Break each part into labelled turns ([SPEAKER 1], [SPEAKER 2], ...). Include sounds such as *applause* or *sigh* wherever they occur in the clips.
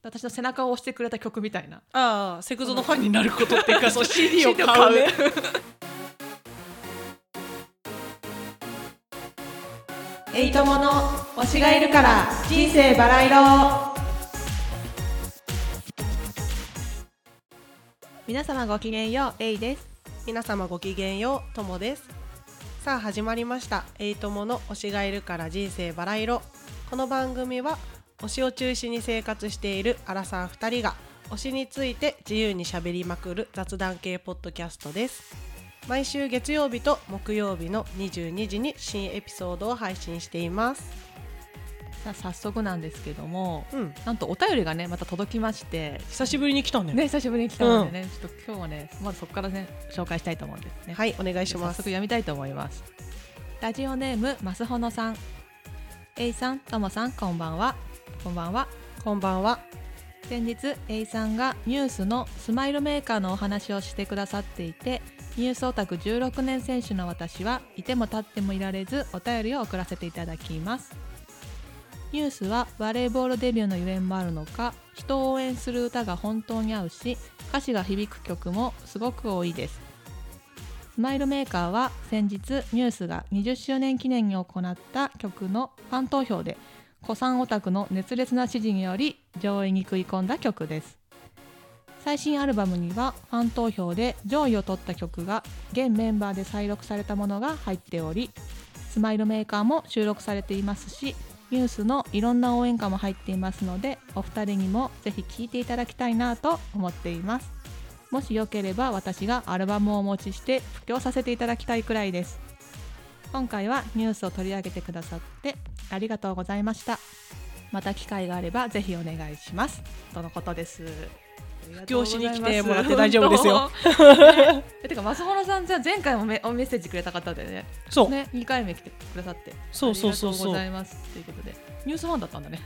[SPEAKER 1] 私の背中を押してくれた曲みたいな
[SPEAKER 2] ああセクゾのファンになることっていうかそう CD を
[SPEAKER 1] CD
[SPEAKER 2] 買う
[SPEAKER 1] を買
[SPEAKER 3] *laughs* エイトモの推しがいるから人生バラ色皆様ごきげんようエイです
[SPEAKER 2] 皆様ごきげんようともですさあ始まりましたエイトモの推しがいるから人生バラ色この番組は推しを中心に生活しているアラサー2人が推しについて自由にしゃべりまくる雑談系ポッドキャストです毎週月曜日と木曜日の22時に新エピソードを配信しています
[SPEAKER 1] さあ早速なんですけども
[SPEAKER 2] うん
[SPEAKER 1] なんとお便りがねまた届きまして
[SPEAKER 2] 久しぶりに来たね
[SPEAKER 1] ね久しぶりに来たのでね、ちょっと今日はねまずそこからね紹介したいと思うんですね
[SPEAKER 2] はいお願いし
[SPEAKER 1] 早速
[SPEAKER 2] ます
[SPEAKER 1] 読みたいと思いますラジオネームマスホノさん A さんともさんこんばんはこんばんは
[SPEAKER 2] こんばんは
[SPEAKER 1] 先日 A さんがニュースのスマイルメーカーのお話をしてくださっていてニュースオタク16年選手の私はいても立ってもいられずお便りを送らせていただきますニュースはバレーボールデビューのゆえんもあるのか人を応援する歌が本当に合うし歌詞が響く曲もすごく多いですスマイルメーカーは先日ニュースが20周年記念に行った曲のファン投票で古参オタクの熱烈な支持により上位に食い込んだ曲です最新アルバムにはファン投票で上位を取った曲が現メンバーで再録されたものが入っておりスマイルメーカーも収録されていますしニュースのいろんな応援歌も入っていますのでお二人にもぜひ聴いていただきたいなと思っていますもしよければ私がアルバムをお持ちして布教させていただきたいくらいです今回はニュースを取り上げてくださってありがとうございましたまた機会があればぜひお願いしますとのことです布
[SPEAKER 2] 教しに来てもらって大丈夫ですよ
[SPEAKER 1] *laughs* てかマスホロさんじゃあ前回もメおメッセージくれた方でね
[SPEAKER 2] そう、
[SPEAKER 1] ね2回目来てくださって
[SPEAKER 2] そうそうそ
[SPEAKER 1] あ
[SPEAKER 2] うそう
[SPEAKER 1] りがとうございますということでニュースファンだったんだね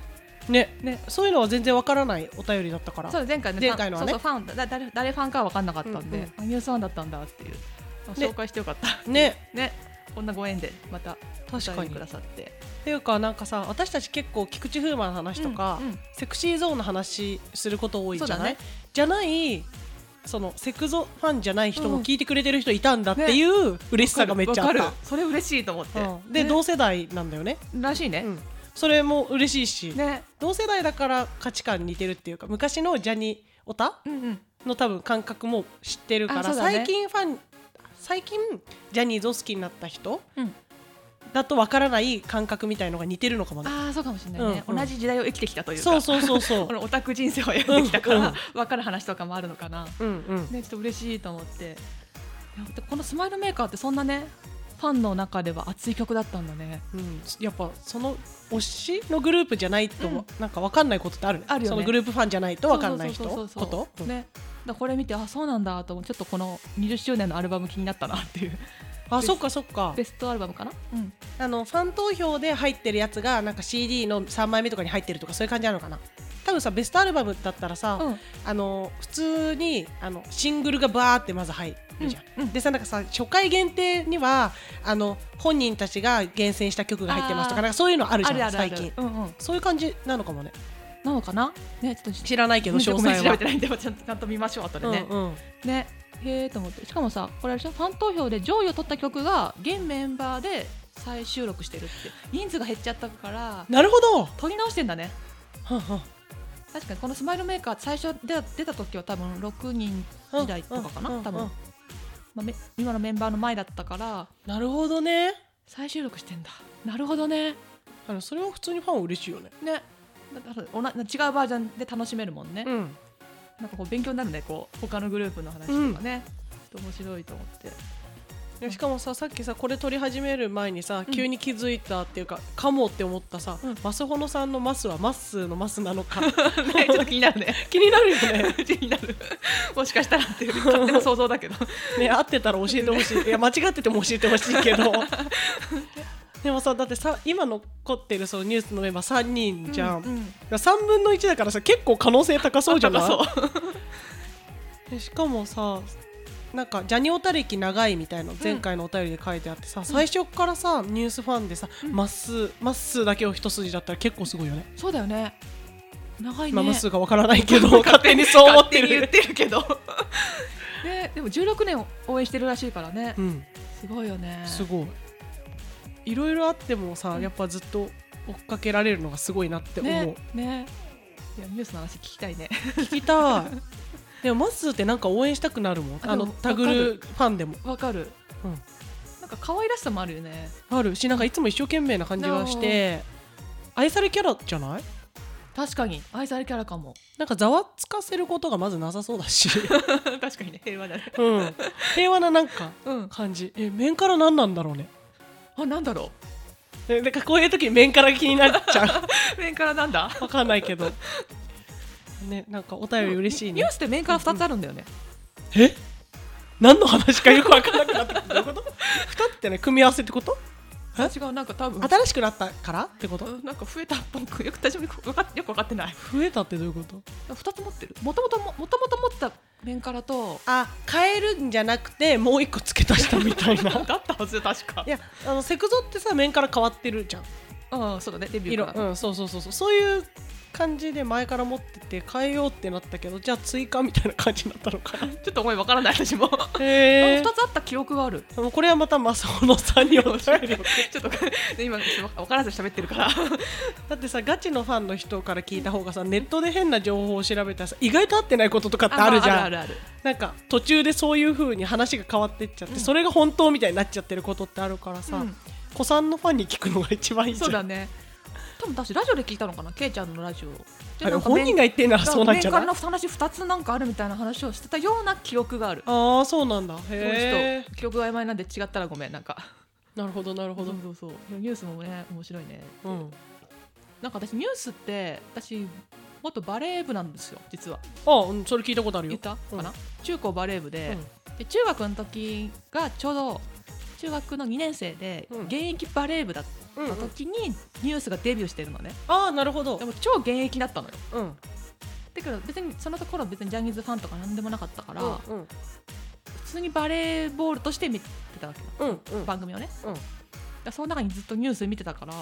[SPEAKER 2] ね
[SPEAKER 1] ね
[SPEAKER 2] そういうのは全然わからないお便りだったから
[SPEAKER 1] そう前回ね
[SPEAKER 2] 前回のはね
[SPEAKER 1] ファンそうそうファンだ誰誰ファンかは分かんなかったんで、
[SPEAKER 2] うんうん
[SPEAKER 1] あニュースファンだったんだっていうあ
[SPEAKER 2] ね
[SPEAKER 1] 紹介してよかった
[SPEAKER 2] ね
[SPEAKER 1] ねこんなご縁でまた
[SPEAKER 2] 確か
[SPEAKER 1] お便り
[SPEAKER 2] に
[SPEAKER 1] くだ
[SPEAKER 2] っ
[SPEAKER 1] さって
[SPEAKER 2] ていうかなんかさ私たち結構菊池風磨の話とか、
[SPEAKER 1] うんうん
[SPEAKER 2] セクシーゾーンの話すること多いじゃない、
[SPEAKER 1] そうだね
[SPEAKER 2] じゃないそのセクゾファンじゃない人も聞いてくれてる人いたんだっていう嬉しさがめっちゃあっ
[SPEAKER 1] わか
[SPEAKER 2] た
[SPEAKER 1] る、それ嬉しいと思って、
[SPEAKER 2] うんで
[SPEAKER 1] ね
[SPEAKER 2] 同世代なんだよね、
[SPEAKER 1] らしいね
[SPEAKER 2] う、ん、それも嬉しいし、
[SPEAKER 1] ね
[SPEAKER 2] 同世代だから価値観似てるっていうか昔のジャニオタ
[SPEAKER 1] うんうん
[SPEAKER 2] の多分感覚も知ってるから、
[SPEAKER 1] あそうだね
[SPEAKER 2] 最近ファン最近ジャニーズを好きになった人
[SPEAKER 1] うん
[SPEAKER 2] だとわからない感覚みたいのが似てるのかもね
[SPEAKER 1] ああそうかもしれないね、
[SPEAKER 2] うんうん
[SPEAKER 1] 同じ時代を生きてきたというか
[SPEAKER 2] そうそうそうそ
[SPEAKER 1] このオタク人生をやってきたから、
[SPEAKER 2] うんうん
[SPEAKER 1] 分かる話とかもあるのかな
[SPEAKER 2] う。うんうん。
[SPEAKER 1] ね、ちょっと嬉しいと思っていやでこのスマイルメーカーってそんなねファンの中では熱い曲だったんだね
[SPEAKER 2] うん、やっぱその推しのグループじゃないと、
[SPEAKER 1] うん
[SPEAKER 2] なんかわかんないことってあるね
[SPEAKER 1] あるよね
[SPEAKER 2] そのグループファンじゃないとわかんない人
[SPEAKER 1] そうそうそう
[SPEAKER 2] こ
[SPEAKER 1] そう
[SPEAKER 2] と、うん
[SPEAKER 1] ねだからこれ見てあそうなんだと思ってちょっとこの20周年のアルバム気になったなっていう
[SPEAKER 2] あそっかそっか
[SPEAKER 1] ベストアルバムかな、うん、
[SPEAKER 2] あのファン投票で入ってるやつがなんか CD の3枚目とかに入ってるとかそういう感じなのかな多分さベストアルバムだったらさ、
[SPEAKER 1] うん
[SPEAKER 2] あの普通にあのシングルがバーってまず入るじゃん、
[SPEAKER 1] うんうん
[SPEAKER 2] でさなんかさ初回限定にはあの本人たちが厳選した曲が入ってますと
[SPEAKER 1] あ
[SPEAKER 2] か
[SPEAKER 1] ー
[SPEAKER 2] なんかそういうのあるじゃん
[SPEAKER 1] あるある
[SPEAKER 2] 最近
[SPEAKER 1] うんうん、
[SPEAKER 2] そういう感じなのかもね
[SPEAKER 1] なのかなねちょっと
[SPEAKER 2] 知らないけど詳
[SPEAKER 1] ごめん
[SPEAKER 2] 細
[SPEAKER 1] 調
[SPEAKER 2] は
[SPEAKER 1] べてないんでちゃんとちゃんと見ましょう後でね、
[SPEAKER 2] うんうん
[SPEAKER 1] ねへえと思ってしかもさこれあれでしょファン投票で上位を取った曲が現メンバーで再収録してるって人数が減っちゃったから
[SPEAKER 2] なるほど
[SPEAKER 1] 取り直してんだね
[SPEAKER 2] はんはん
[SPEAKER 1] 確かにこのスマイルメーカー最初出た出た時は多分6人、時代とかかな
[SPEAKER 2] うんうん
[SPEAKER 1] 多分
[SPEAKER 2] うん
[SPEAKER 1] まあ、め今のメンバーの前だったから
[SPEAKER 2] なるほどね
[SPEAKER 1] 再収録してんだなるほどね
[SPEAKER 2] あのそれは普通にファン嬉しいよね
[SPEAKER 1] ねだからおな違うバージョンで楽しめるもんね、
[SPEAKER 2] ん
[SPEAKER 1] なんかこう勉強になるねこう他のグループの話とかね、ちょっと面白いと思
[SPEAKER 2] *laughs*
[SPEAKER 1] って
[SPEAKER 2] しかもささっきさこれ撮り始める前にさ
[SPEAKER 1] うん
[SPEAKER 2] 急に気づいたっていうか、かもって思ったさ、
[SPEAKER 1] うん
[SPEAKER 2] マスホノさんのマスはマッスーのマスなの *laughs* か
[SPEAKER 1] ねちょっと気になるね
[SPEAKER 2] 気になるよね
[SPEAKER 1] *laughs* 気になるもしかしたらって
[SPEAKER 2] *laughs*
[SPEAKER 1] いう勝手な想像だけど
[SPEAKER 2] ね合ってたら教えてほしいいや間違ってても教えてほしいけ *laughs* どでもさだってさ今残ってるそのニュースのメンバー3人じゃ
[SPEAKER 1] う
[SPEAKER 2] ん、
[SPEAKER 1] んうん
[SPEAKER 2] 3分の1だからさ結構可能性高そうじゃない
[SPEAKER 1] 高そ
[SPEAKER 2] でしかもさなんかジャニオタ歴長いみたいな前回のお便りで書いてあってさ、最初からさニュースファンでさ、まっすーまっすーだけを一筋だったら結構すごいよね
[SPEAKER 1] そうだよね長い
[SPEAKER 2] 今ま
[SPEAKER 1] ね
[SPEAKER 2] っすぐがわからない
[SPEAKER 1] *laughs*
[SPEAKER 2] けど勝手にそう思って
[SPEAKER 1] 勝
[SPEAKER 2] る
[SPEAKER 1] 手に言ってるけど
[SPEAKER 2] *laughs*
[SPEAKER 1] ねでも16年応援してるらしいからね
[SPEAKER 2] うん
[SPEAKER 1] すごいよね
[SPEAKER 2] すごいいろいろあってもさやっぱずっと追っかけられるのがすごいなって思う、
[SPEAKER 1] ねねいやニュースの話聞きたいね
[SPEAKER 2] 聞きたい *laughs* でもまっすーってなんか応援したくなるもん
[SPEAKER 1] あ
[SPEAKER 2] あの
[SPEAKER 1] でも
[SPEAKER 2] タグルファンでも
[SPEAKER 1] わかる、
[SPEAKER 2] うん
[SPEAKER 1] なんか可愛らしさもあるよね
[SPEAKER 2] あるしなんかいつも一生懸命な感じがして愛されキャラじゃない
[SPEAKER 1] 確かに愛されキャラか
[SPEAKER 2] *laughs*
[SPEAKER 1] も
[SPEAKER 2] なんかざわつかせることがまずなさそうだ *laughs* し、
[SPEAKER 1] 確かにね平和だね
[SPEAKER 2] うん、平和ななんか
[SPEAKER 1] うん
[SPEAKER 2] 感じえ面から何なんだろうね
[SPEAKER 1] あなんだろ
[SPEAKER 2] えなんかこういう時面から気になっちゃう
[SPEAKER 1] う面からなんだ
[SPEAKER 2] *laughs* わかんないけどねなんかお便り嬉しい
[SPEAKER 1] ニュ
[SPEAKER 2] ね
[SPEAKER 1] ースって面から二つあるんだよね、
[SPEAKER 2] え何の話かよくわからなくなってきたどういうこと2ってね組み合わせってことえ
[SPEAKER 1] 違うなんか多分
[SPEAKER 2] 新しくなったからってこと
[SPEAKER 1] うんなんか増えたっぽくよく私もよくわかよく分かってない
[SPEAKER 2] 増えたってどういうこと
[SPEAKER 1] 二つ持ってるもともとももともと持ってた面からと
[SPEAKER 2] あ変えるんじゃなくてもう一個付け足したみたいな
[SPEAKER 1] だったはず確か
[SPEAKER 2] *laughs* いやあのセクゾってさ面から変わってるじゃん
[SPEAKER 1] うんそうだねデビュー
[SPEAKER 2] 色
[SPEAKER 1] から
[SPEAKER 2] うんそうそうそうそうそういう感じで前から持ってて変えようってなったけどじゃあ追加みたいな感じになったのかな
[SPEAKER 1] ちょっと思いわからない私も
[SPEAKER 2] *laughs*
[SPEAKER 1] 2
[SPEAKER 2] へ
[SPEAKER 1] つあった記憶がある
[SPEAKER 2] もうこれはまた正野さんにお便りを
[SPEAKER 1] ちょ
[SPEAKER 2] *laughs*
[SPEAKER 1] っとで今ちょっと分からず喋ってるから
[SPEAKER 2] だってさガチのファンの人から聞いた方がさネットで変な情報を調べたらさ意外と合ってないこととかってあるじゃん
[SPEAKER 1] あるある
[SPEAKER 2] なんか途中でそういう風に話が変わってっちゃって、
[SPEAKER 1] うん
[SPEAKER 2] それが本当みたいになっちゃってることってあるから
[SPEAKER 1] あ
[SPEAKER 2] さ、
[SPEAKER 1] る、
[SPEAKER 2] 子さんのファンに聞くのが一番いいじ
[SPEAKER 1] そ
[SPEAKER 2] ゃ
[SPEAKER 1] う
[SPEAKER 2] ん
[SPEAKER 1] だね多分私ラジオで聞いたのかなけいちゃんのラジオ
[SPEAKER 2] あれ本人が言ってんならそうなんじゃな
[SPEAKER 1] 面か
[SPEAKER 2] い
[SPEAKER 1] らの話2つなんかあるみたいな話をしてたような記憶がある
[SPEAKER 2] ああそうなんだへ
[SPEAKER 1] ちょっと記憶が曖昧なんで違ったらごめんなんか
[SPEAKER 2] えなるほどなるほど、
[SPEAKER 1] そうそうそういやニュースもね面白いね
[SPEAKER 2] うん、
[SPEAKER 1] なんか私ニュースって私元バレー部なんですよ実は
[SPEAKER 2] あ、うん、それ聞いたことある
[SPEAKER 1] 言
[SPEAKER 2] よ
[SPEAKER 1] っ。た
[SPEAKER 2] うん
[SPEAKER 1] かな、中高バレー部
[SPEAKER 2] う
[SPEAKER 1] で,、
[SPEAKER 2] ん
[SPEAKER 1] で中学の時がちょうど中学の2年生で
[SPEAKER 2] うん
[SPEAKER 1] 現役バレー部だった
[SPEAKER 2] うんうん
[SPEAKER 1] 時にニュースがデビューしてるのね
[SPEAKER 2] ああ、なるほど
[SPEAKER 1] で。も超現役だったのよ
[SPEAKER 2] うん、
[SPEAKER 1] だけど別にそのところ別にジャニーズファンとか何でもなかったから、
[SPEAKER 2] うん、うん、
[SPEAKER 1] 普通にバレーボールとして見てたわけよ
[SPEAKER 2] うん、うん、
[SPEAKER 1] 番組をね
[SPEAKER 2] うん、
[SPEAKER 1] だからその中にずっとニュース見てたから、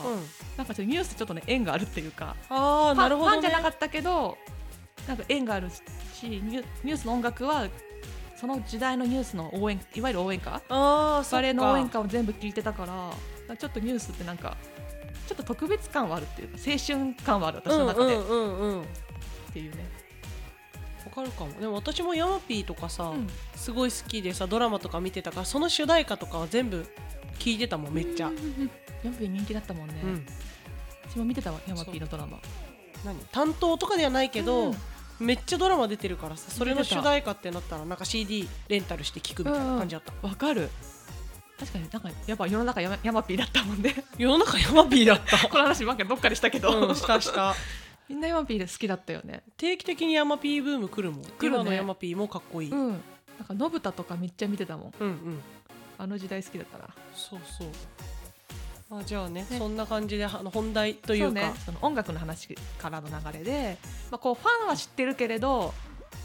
[SPEAKER 1] なんかちょっとニュースちょっとね縁があるっていうか
[SPEAKER 2] あ
[SPEAKER 1] フ
[SPEAKER 2] あ、
[SPEAKER 1] ァン
[SPEAKER 2] なるほど、
[SPEAKER 1] ファンじゃ
[SPEAKER 2] ね。
[SPEAKER 1] なかったけどなんか縁があるしニュニュースの音楽はその時代のニュースの応援いわゆる応援歌
[SPEAKER 2] ああ、そっか
[SPEAKER 1] バレーの応援。歌を全部聞いてたからなんかちょっとニュースってなんかちょっと特別感はあるっていうか青春感はある私
[SPEAKER 2] うん、
[SPEAKER 1] の
[SPEAKER 2] う
[SPEAKER 1] 中でっ
[SPEAKER 2] ん、うん、うん。わ
[SPEAKER 1] ていうね、
[SPEAKER 2] かるかも。でも、私もヤマピーとかさ、
[SPEAKER 1] うん
[SPEAKER 2] すごい好きでさ、ドラマとか見てたから、その主題歌とかは全部。聞いてたもん、めっちゃ。
[SPEAKER 1] うんうんうんヤマピー人気だったもんね、
[SPEAKER 2] うん、
[SPEAKER 1] 私も見てたわヤマピーのドラマ
[SPEAKER 2] 何、担当とかではないけ
[SPEAKER 1] う
[SPEAKER 2] ど。
[SPEAKER 1] ん
[SPEAKER 2] めっちゃドラマ出てるからさそれの
[SPEAKER 1] 出てた
[SPEAKER 2] 主題歌ってなったらなんか CD レンタルして聴くみたいな感じだった、
[SPEAKER 1] わかる確かになんかやっぱ世の中ヤマヤマピーだったもんね *laughs*
[SPEAKER 2] 世の中ヤマピーだっ
[SPEAKER 1] この話ばっかどっかでしたけ
[SPEAKER 2] た、
[SPEAKER 1] *laughs* ど、
[SPEAKER 2] うん、したした
[SPEAKER 1] *laughs* みんなヤマピーで好きだったよね
[SPEAKER 2] 定期的にヤマピーブーム来るもん
[SPEAKER 1] るね
[SPEAKER 2] 今のヤマピーもかっこいい、
[SPEAKER 1] うんなんかのぶたとかめっちゃ見てたもん
[SPEAKER 2] うんうん
[SPEAKER 1] あの時代好きだったら
[SPEAKER 2] そうそうあじゃあね
[SPEAKER 1] ね
[SPEAKER 2] そんな感じであの本題とい
[SPEAKER 1] そ
[SPEAKER 2] うか
[SPEAKER 1] ね、その音楽の話からの流れで、まあ、こうファンは知ってるけれど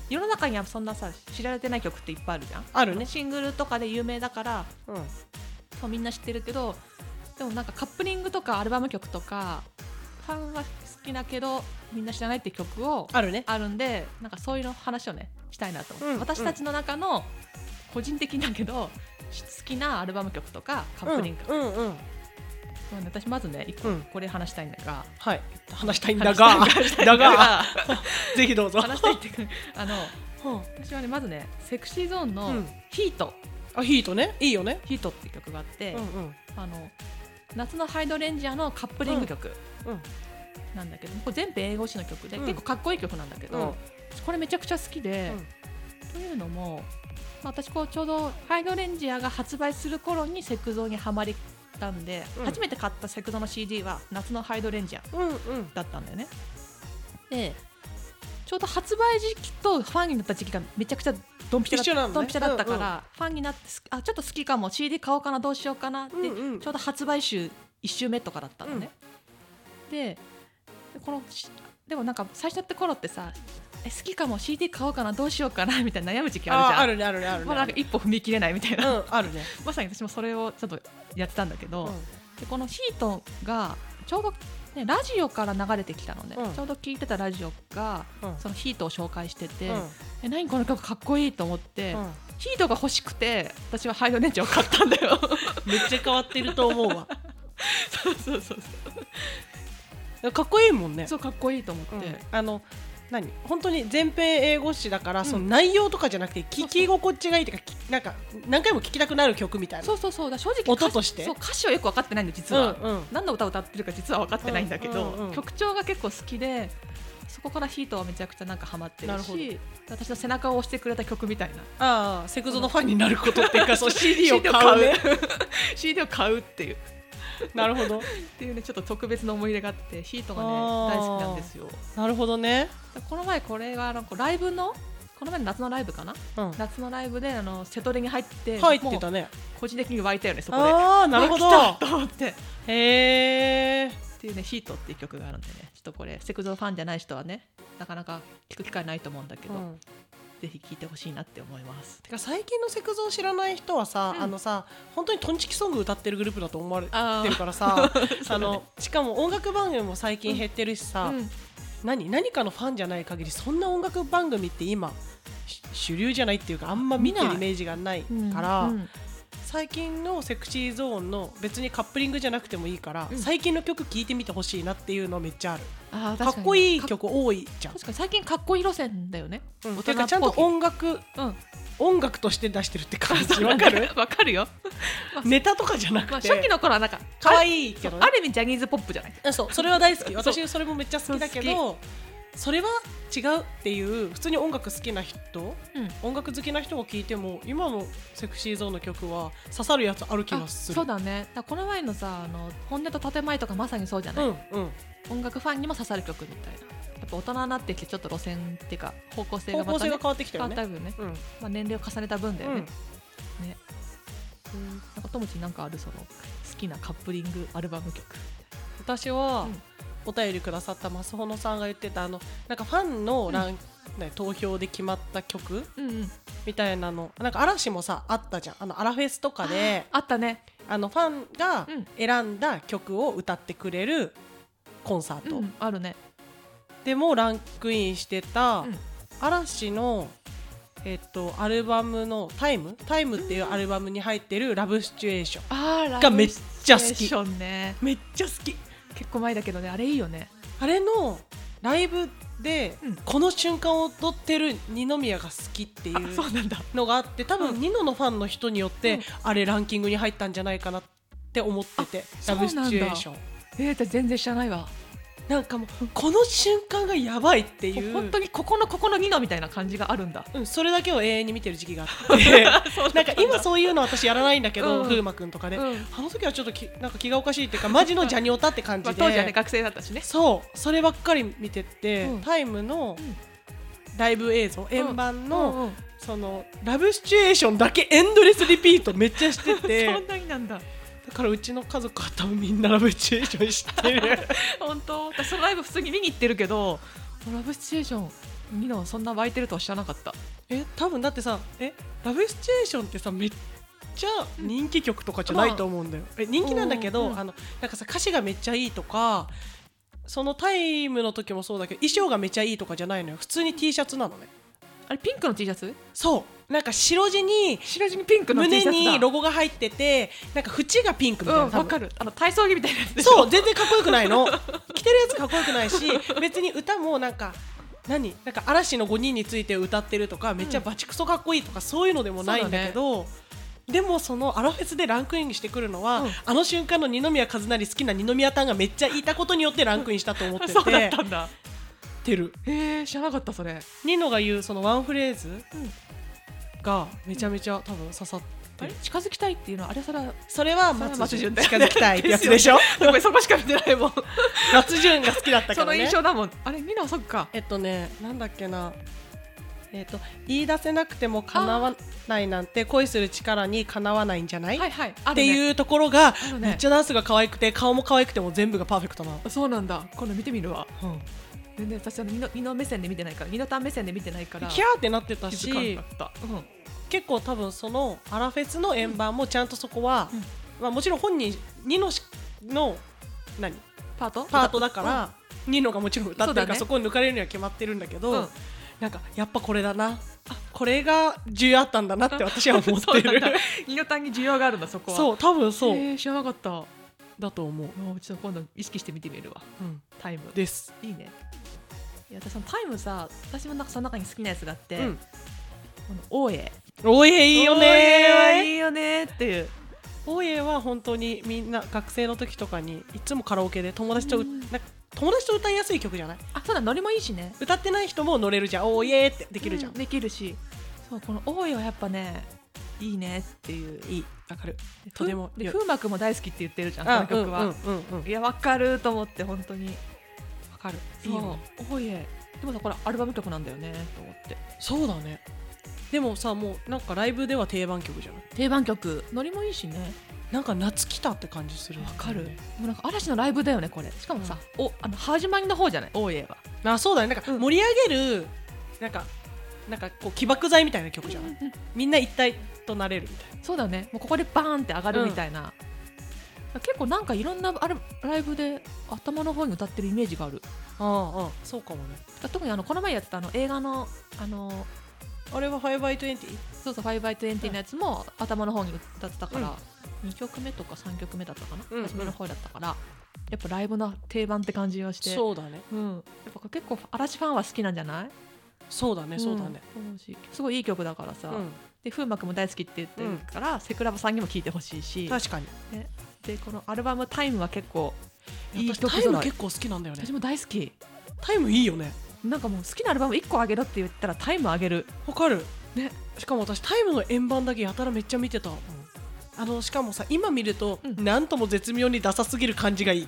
[SPEAKER 1] 世の中にはそんなさ知られてない曲っていっぱいあるじゃん
[SPEAKER 2] あるね、
[SPEAKER 1] シングルとかで有名だから
[SPEAKER 2] うん、
[SPEAKER 1] そうみんな知ってるけどでもなんかカップリングとかアルバム曲とかファンは好きだけどみんな知らないって曲を
[SPEAKER 2] あるね
[SPEAKER 1] あるんでなんかそういうの話をねしたいなと思って、
[SPEAKER 2] うん
[SPEAKER 1] 私たちの中の個人的だけどし好きなアルバム曲とかカップリング、
[SPEAKER 2] うんうんうん
[SPEAKER 1] そうね私まずね一
[SPEAKER 2] う
[SPEAKER 1] 個
[SPEAKER 2] ん
[SPEAKER 1] これ話したいんだが、
[SPEAKER 2] はい話したいんだが
[SPEAKER 1] 話したい
[SPEAKER 2] だ
[SPEAKER 1] んだ
[SPEAKER 2] が
[SPEAKER 1] が
[SPEAKER 2] ぜひどう
[SPEAKER 1] *laughs*
[SPEAKER 2] ぞ
[SPEAKER 1] 話したいっていうかあの
[SPEAKER 2] うん
[SPEAKER 1] 私はねまずねセクシーゾーンの
[SPEAKER 2] うん
[SPEAKER 1] 「ヒート、
[SPEAKER 2] あヒートねいいよね
[SPEAKER 1] ヒートっていう曲があって、
[SPEAKER 2] うんうん
[SPEAKER 1] あの夏のハイドレンジャーのカップリング曲
[SPEAKER 2] うん
[SPEAKER 1] なんだけど、これ全部英語詞の曲で、
[SPEAKER 2] うん
[SPEAKER 1] 結構かっこいい曲なんだけど、
[SPEAKER 2] うん
[SPEAKER 1] これめちゃくちゃ好きで、というのも、まあ、私こうちょうどハイドレンジャーが発売する頃にセクゾーにはまりたんで、
[SPEAKER 2] うん
[SPEAKER 1] 初めて買ったセクゾーの CD は夏のハイドレンジャー
[SPEAKER 2] うんうん
[SPEAKER 1] だったんだよね。でちょうど発売時期とファンになった時期がめちゃくちゃドンピシャだ
[SPEAKER 2] 一緒なのね
[SPEAKER 1] ドンピシャだったから、ファンになってすあちょっと好きかも CD 買おうかなどうしようかなって、
[SPEAKER 2] うんうん
[SPEAKER 1] ちょうど発売週1週目とかだったのね。ででこのしでもなんか最初やって頃ってさえ好きかも CD 買おうかなどうしようかなみたいな悩む時期あるじ
[SPEAKER 2] あ
[SPEAKER 1] ゃん
[SPEAKER 2] あるねあるねあるね
[SPEAKER 1] まあ、なんか一歩踏み切れないみたいな、
[SPEAKER 2] うんあるね
[SPEAKER 1] まさに私もそれをちょっとやってたんだけど、
[SPEAKER 2] うん
[SPEAKER 1] でこのヒートがちょうどね、ラジオから流れてきたので、
[SPEAKER 2] うん
[SPEAKER 1] ちょうど聞いてたラジオが
[SPEAKER 2] うん
[SPEAKER 1] そのヒートを紹介してて、
[SPEAKER 2] うん
[SPEAKER 1] え何この曲かっこいいと思って、
[SPEAKER 2] うん
[SPEAKER 1] ヒートが欲しくて私はハイドネンチを買ったんだよ
[SPEAKER 2] めっちゃ変わってると思う *laughs* わ
[SPEAKER 1] そうそうそう
[SPEAKER 2] かっこいいもんね
[SPEAKER 1] そうかっこいいと思って、
[SPEAKER 2] うんあの何本当に全編英語詞だから、
[SPEAKER 1] ん
[SPEAKER 2] その内容とかじゃなくて聞き心地がいいというかきなんか何回も聴きたくなる曲みたいな
[SPEAKER 1] そうそうそうだから正直
[SPEAKER 2] 音として
[SPEAKER 1] そう歌詞はよく分かってないんだ実
[SPEAKER 2] う
[SPEAKER 1] は、
[SPEAKER 2] んうん
[SPEAKER 1] 何の歌を歌ってるか実は分かってないんだけど、
[SPEAKER 2] うんうんうん
[SPEAKER 1] 曲調が結構好きでそこからヒートはめちゃくちゃなんかハマって
[SPEAKER 2] な
[SPEAKER 1] る
[SPEAKER 2] るほ
[SPEAKER 1] し私の背中を押してくれた曲みたいな
[SPEAKER 2] ああセクゾのファンになることっていうかそう CD を
[SPEAKER 1] CD を
[SPEAKER 2] 買う
[SPEAKER 1] 買う
[SPEAKER 2] ね *laughs*
[SPEAKER 1] CD を買うっていう
[SPEAKER 2] なるほど
[SPEAKER 1] っていうねちょっと特別な思い入れがあってヒートがね
[SPEAKER 2] あー
[SPEAKER 1] 大好きなんですよ
[SPEAKER 2] なるほどね、
[SPEAKER 1] この前これがなんかライブのこの前の夏のライブかな
[SPEAKER 2] うん、
[SPEAKER 1] 夏のライブであの瀬戸レに入って
[SPEAKER 2] 入って
[SPEAKER 1] も
[SPEAKER 2] たね
[SPEAKER 1] う個人的に湧いたよねそこで
[SPEAKER 2] ああなるほど
[SPEAKER 1] あ来たと思って
[SPEAKER 2] へえ
[SPEAKER 1] っていうね「ヒートっていう曲があるんでねちょっとこれセクゾーファンじゃない人はねなかなか聞く機会ないと思うんだけど、
[SPEAKER 2] うん
[SPEAKER 1] ぜひ聞いてほしいなって思います
[SPEAKER 2] てか最近のセクゾを知らない人はさ、
[SPEAKER 1] うん
[SPEAKER 2] あのさ本当にトンチキソング歌ってるグループだと思われ
[SPEAKER 1] あ
[SPEAKER 2] てるからさ
[SPEAKER 1] *laughs* そ
[SPEAKER 2] *laughs* あ
[SPEAKER 1] うだね
[SPEAKER 2] のしかも音楽番組も最近減ってるしさ、
[SPEAKER 1] うん
[SPEAKER 2] 何何かのファンじゃない限りそんな音楽番組って今し主流じゃないっていうかあんま見てる
[SPEAKER 1] 見な
[SPEAKER 2] イ
[SPEAKER 1] い
[SPEAKER 2] メージがない
[SPEAKER 1] うん
[SPEAKER 2] から、
[SPEAKER 1] うん
[SPEAKER 2] 最近のセクシーゾーンの別にカップリングじゃなくてもいいから、
[SPEAKER 1] うん
[SPEAKER 2] 最近の曲聴いてみてほしいなっていうのめっちゃある
[SPEAKER 1] あー
[SPEAKER 2] か
[SPEAKER 1] 確
[SPEAKER 2] っこいい
[SPEAKER 1] か
[SPEAKER 2] 曲多いじゃん
[SPEAKER 1] 確かに最近かっこいい路線だよね、
[SPEAKER 2] うん、
[SPEAKER 1] 大人っぽ
[SPEAKER 2] て
[SPEAKER 1] い
[SPEAKER 2] かちゃんと音楽
[SPEAKER 1] うん、
[SPEAKER 2] 音楽として出してるって
[SPEAKER 1] *laughs*
[SPEAKER 2] 感
[SPEAKER 1] あそ
[SPEAKER 2] じ
[SPEAKER 1] うな
[SPEAKER 2] わ
[SPEAKER 1] ん
[SPEAKER 2] か
[SPEAKER 1] だ
[SPEAKER 2] る
[SPEAKER 1] わかるよ、
[SPEAKER 2] ネタとかじゃなくて、
[SPEAKER 1] まあ、初期の頃はなんか
[SPEAKER 2] 可愛いけど、ね
[SPEAKER 1] あ、る意味ジャニーズポップじゃない
[SPEAKER 2] あそうそれは大好き
[SPEAKER 1] そう
[SPEAKER 2] 私それもめっちゃ好きだけ
[SPEAKER 1] そ
[SPEAKER 2] どそれは違うっていう普通に音楽好きな人
[SPEAKER 1] うん
[SPEAKER 2] 音楽好きな人が聴いても今のセクシーゾーンの曲は刺さるやつある気がする
[SPEAKER 1] そうだねだからこの前のさあの本音と建前とかまさにそうじゃ
[SPEAKER 2] う
[SPEAKER 1] なんい、
[SPEAKER 2] うん
[SPEAKER 1] 音楽ファンにも刺さる曲みたいなやっぱ大人になってきてちょっと路線っていうか方向性が
[SPEAKER 2] 方
[SPEAKER 1] ま
[SPEAKER 2] 向
[SPEAKER 1] た、
[SPEAKER 2] 性
[SPEAKER 1] ね
[SPEAKER 2] が、変わってきた
[SPEAKER 1] 変
[SPEAKER 2] よ
[SPEAKER 1] わった
[SPEAKER 2] ね
[SPEAKER 1] 分ね
[SPEAKER 2] うん
[SPEAKER 1] まあ、年齢を重ねた分だよ
[SPEAKER 2] う
[SPEAKER 1] ね
[SPEAKER 2] ん、
[SPEAKER 1] うんなんか友達なんかあるその好きなカップリングアルバム曲
[SPEAKER 2] 私は
[SPEAKER 1] うん
[SPEAKER 2] お便りくださったマスホノさんが言ってたあのなんかファンのランね投票で決まった曲
[SPEAKER 1] うんうん
[SPEAKER 2] みたいなのなんか嵐もさあったじゃんあのアラフェスとかで
[SPEAKER 1] あったね
[SPEAKER 2] あのファンが
[SPEAKER 1] うん
[SPEAKER 2] 選んだ曲を歌ってくれるコンサート、
[SPEAKER 1] うんあるね
[SPEAKER 2] でもランクインしてた
[SPEAKER 1] うん
[SPEAKER 2] 嵐の、えっと、アルバムの「タイムタイムっていうアルバムに入ってる「ラブシチュエーション
[SPEAKER 1] あー
[SPEAKER 2] がめっち
[SPEAKER 1] ラ
[SPEAKER 2] ゃ好き
[SPEAKER 1] ブシチュエーションね」
[SPEAKER 2] めっちゃ好き
[SPEAKER 1] 結構前だけどねあれいいよね
[SPEAKER 2] あれのライブで
[SPEAKER 1] うん
[SPEAKER 2] この瞬間を踊ってる二宮が好きっていう
[SPEAKER 1] あそうなんだ
[SPEAKER 2] のがあって多
[SPEAKER 1] う
[SPEAKER 2] 分ニノのファンの人によって、
[SPEAKER 1] うん
[SPEAKER 2] あれランキングに入ったんじゃないかなって思ってて「
[SPEAKER 1] そ
[SPEAKER 2] ラ
[SPEAKER 1] うなんだ
[SPEAKER 2] ブシチュエーション」
[SPEAKER 1] えー、全然知らないわ
[SPEAKER 2] なんかもうこの瞬間がやばいっていう
[SPEAKER 1] 本当にここのここのニノみたいな感じがあるん *laughs* だ
[SPEAKER 2] うん、それだけを永遠に見てる時期があっ
[SPEAKER 1] *laughs*
[SPEAKER 2] てなんか今そういうの私やらないんだけ
[SPEAKER 1] う
[SPEAKER 2] ど、
[SPEAKER 1] ん
[SPEAKER 2] 風磨くんとかで、
[SPEAKER 1] うん
[SPEAKER 2] あの時はちょっときなんか気がおかしいっていうかマジのジャニオタって
[SPEAKER 1] ま
[SPEAKER 2] 感じ
[SPEAKER 1] あ、
[SPEAKER 2] で、
[SPEAKER 1] 当時はね学生だったしね
[SPEAKER 2] そうそればっかり見てて、
[SPEAKER 1] うん
[SPEAKER 2] タイムの
[SPEAKER 1] うん
[SPEAKER 2] ライブ映像、円盤の、
[SPEAKER 1] うんうん
[SPEAKER 2] そのラブシチュエーションだけエンドレスリピートめっちゃしてて
[SPEAKER 1] *laughs* そんなになんだ
[SPEAKER 2] だからうちの家族は多分みんなラブシチュエーション知ってる
[SPEAKER 1] 本当私そのライブ普通に見に行ってるけどラブシチュエーションニノそんな湧いてるとは知らなかった
[SPEAKER 2] え多分だってさえラブシチュエーションってさめっちゃ人気曲とかじゃないと思うんだよ、え人気なんだけど、
[SPEAKER 1] うん
[SPEAKER 2] あのなんかさ歌詞がめっちゃいいとかそのタイムの時もそうだけど衣装がめっちゃいいとかじゃないのよ普通に T シャツなのね
[SPEAKER 1] あれピンクの T シャツ
[SPEAKER 2] そうなんか白地に
[SPEAKER 1] 白地にピンクの T シャツ
[SPEAKER 2] 胸
[SPEAKER 1] だ
[SPEAKER 2] にロゴが入っててなんか縁がピンクみたいな、
[SPEAKER 1] うん
[SPEAKER 2] 多分
[SPEAKER 1] わかるあの体操着みたいなやつでしょ
[SPEAKER 2] そう全然かっこよくないの着てるやつかっこよくないし別に歌もなんか何なんか嵐の5人について歌ってるとかめっちゃバチクソかっこいいとかそういうのでもないんだけどでもそのアラフェスでランクインしてくるのは、
[SPEAKER 1] うん
[SPEAKER 2] あの瞬間の二宮和也好きな二宮さんがめっちゃいたことによってランクインしたと思ってて
[SPEAKER 1] *laughs* そうだったんだ
[SPEAKER 2] てる
[SPEAKER 1] へえ知らなかったそれ
[SPEAKER 2] ニノが言うそのワンフレーズ
[SPEAKER 1] ん
[SPEAKER 2] がめちゃめちゃ多分刺さって
[SPEAKER 1] あれ
[SPEAKER 2] る、
[SPEAKER 1] 近づきたいっていうのはあれそれは
[SPEAKER 2] それは
[SPEAKER 1] 松
[SPEAKER 2] 松
[SPEAKER 1] 潤
[SPEAKER 2] 潤
[SPEAKER 1] だよ
[SPEAKER 2] 近
[SPEAKER 1] ね
[SPEAKER 2] づきたいってやつでしょ
[SPEAKER 1] ごめんそこしか見て *laughs* ないもん
[SPEAKER 2] 松潤が好きだったか
[SPEAKER 1] そ
[SPEAKER 2] ら
[SPEAKER 1] の
[SPEAKER 2] ね
[SPEAKER 1] 印象だもんあれみんなそっか
[SPEAKER 2] えっとね、なんだっけな。えっと、言い出せなくても叶わないなんて恋する力にかなわないんじゃない、
[SPEAKER 1] はいはいあ
[SPEAKER 2] って
[SPEAKER 1] う
[SPEAKER 2] いうところ
[SPEAKER 1] あ
[SPEAKER 2] が、
[SPEAKER 1] るね
[SPEAKER 2] めっちゃダンスが可愛くて顔も可愛くても全部がパーフェクトなの、
[SPEAKER 1] そうなんだ今度見てみるわ
[SPEAKER 2] うん、
[SPEAKER 1] 全然私はニノニノ目線で見てないからニノタン目線で見てないから
[SPEAKER 2] キャーってなってた
[SPEAKER 1] 気づ
[SPEAKER 2] し
[SPEAKER 1] かなかった、うん
[SPEAKER 2] 結構多分そのアラフェスの円盤もちゃんとそこは、
[SPEAKER 1] うん
[SPEAKER 2] まあ、もちろん本人ニノしの何
[SPEAKER 1] パート
[SPEAKER 2] パートだから、ニノがもちろん歌っ
[SPEAKER 1] そ
[SPEAKER 2] てるから
[SPEAKER 1] うだね
[SPEAKER 2] そこに抜かれるには決まってるんだけど、
[SPEAKER 1] うん
[SPEAKER 2] なんかやっぱこれだなあこれが需要あったんだなって私は思っ
[SPEAKER 1] *laughs* そう
[SPEAKER 2] て
[SPEAKER 1] なんだ
[SPEAKER 2] る
[SPEAKER 1] 二の単に需要があるんだそこは
[SPEAKER 2] そうう多分そう、
[SPEAKER 1] えー、知らなかったも
[SPEAKER 2] だと思う、
[SPEAKER 1] うちょっと今度意識して見てみるわ
[SPEAKER 2] うん
[SPEAKER 1] タイム
[SPEAKER 2] です、
[SPEAKER 1] いいねいや私そのタイムさ私もなんかその中に好きなやつがあって、
[SPEAKER 2] うん、
[SPEAKER 1] この大江
[SPEAKER 2] おえいいよねー
[SPEAKER 1] いいよねーっていう
[SPEAKER 2] おえは本当にみんな学生の時とかにいつもカラオケで友達とう、
[SPEAKER 1] うん
[SPEAKER 2] なんか友達と歌いやすい曲じゃない
[SPEAKER 1] あそうだノリもいいしね
[SPEAKER 2] 歌ってない人も乗れるじゃんおーイエーってで
[SPEAKER 1] で
[SPEAKER 2] きるじゃん、
[SPEAKER 1] できるしそうこの大江はやっぱねいいねっていう
[SPEAKER 2] いいわかる
[SPEAKER 1] で
[SPEAKER 2] とても
[SPEAKER 1] で
[SPEAKER 2] よ
[SPEAKER 1] 風磨君も大好きって言ってるじゃんこ
[SPEAKER 2] あ
[SPEAKER 1] の曲は、
[SPEAKER 2] うんうんうんうん
[SPEAKER 1] いやわかると思って本当に
[SPEAKER 2] わかる
[SPEAKER 1] そ
[SPEAKER 2] いういよね
[SPEAKER 1] 大江でもさこれアルバム曲なんだよねと思って
[SPEAKER 2] そうだねでもさもうなんかライブでは定番曲じゃない
[SPEAKER 1] 定番曲ノリもいいしね
[SPEAKER 2] なんか夏来たって感じする
[SPEAKER 1] わかる、もうなんか嵐のライブだよねこれしかもさ、おあの始まりの方じゃない大江は
[SPEAKER 2] あそうだねなんか
[SPEAKER 1] うん
[SPEAKER 2] 盛り上げる、なんかなんかこう起爆剤みたいな曲じゃない、みんな一体となれるみたいな
[SPEAKER 1] そうだよねもうここでバーンって上がるみたいな、結構なんかいろんなあるライブで頭の方に歌ってるイメージがある
[SPEAKER 2] ああそうかもね
[SPEAKER 1] 特にあのこの前やってたあの映画のあの
[SPEAKER 2] あれは「ファイバイトゥエンティ
[SPEAKER 1] そうそう「5x20」のやつも頭の方に歌ってたか
[SPEAKER 2] う
[SPEAKER 1] ら、二2曲目とか3曲目だったかな、
[SPEAKER 2] うんうん
[SPEAKER 1] 初めの方だったからやっぱライブの定番って感じがして
[SPEAKER 2] そうだね
[SPEAKER 1] うん、やっぱ結構嵐ファンは好きなんじゃない
[SPEAKER 2] そうだねそうだね、
[SPEAKER 1] うん思うしすごいいい曲だからさ、
[SPEAKER 2] うん
[SPEAKER 1] で風磨君も大好きって言ってるから、セクラバさんにも聴いてほしいし
[SPEAKER 2] 確かに
[SPEAKER 1] でこのアルバム「タイムは結構いい
[SPEAKER 2] 私
[SPEAKER 1] 曲
[SPEAKER 2] タ
[SPEAKER 1] ぞ
[SPEAKER 2] イム
[SPEAKER 1] ろい
[SPEAKER 2] 結構好きなんだよね
[SPEAKER 1] 私も大好き
[SPEAKER 2] タイムいいよね
[SPEAKER 1] なんかもう好きなアルバム1個あげろって言ったらタイムあげる
[SPEAKER 2] わかる
[SPEAKER 1] ね
[SPEAKER 2] しかも私タイムの円盤だけやたらめっちゃ見てた、あのしかもさ今見ると、
[SPEAKER 1] うん
[SPEAKER 2] なんとも絶妙にダサすぎる感じがい *laughs* い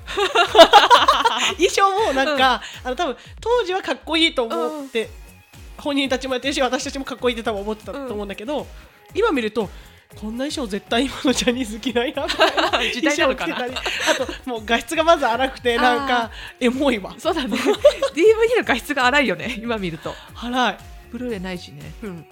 [SPEAKER 2] 衣装もなんか、あの多分当時はかっこいいと思って、本人たちもやってるし私たちもかっこいいって多分思ってた
[SPEAKER 1] うん
[SPEAKER 2] と思うんだけど、今見るとこんな衣装絶対今のジャニーズ嫌いな
[SPEAKER 1] 時代なのかな
[SPEAKER 2] 衣装着てたりあともう画質がまず荒くてなん
[SPEAKER 1] あ
[SPEAKER 2] かエモいわ
[SPEAKER 1] そうだね *laughs* DVD の画質が荒いよね今見ると
[SPEAKER 2] 荒い、
[SPEAKER 1] ブルーレイないしね
[SPEAKER 2] うん、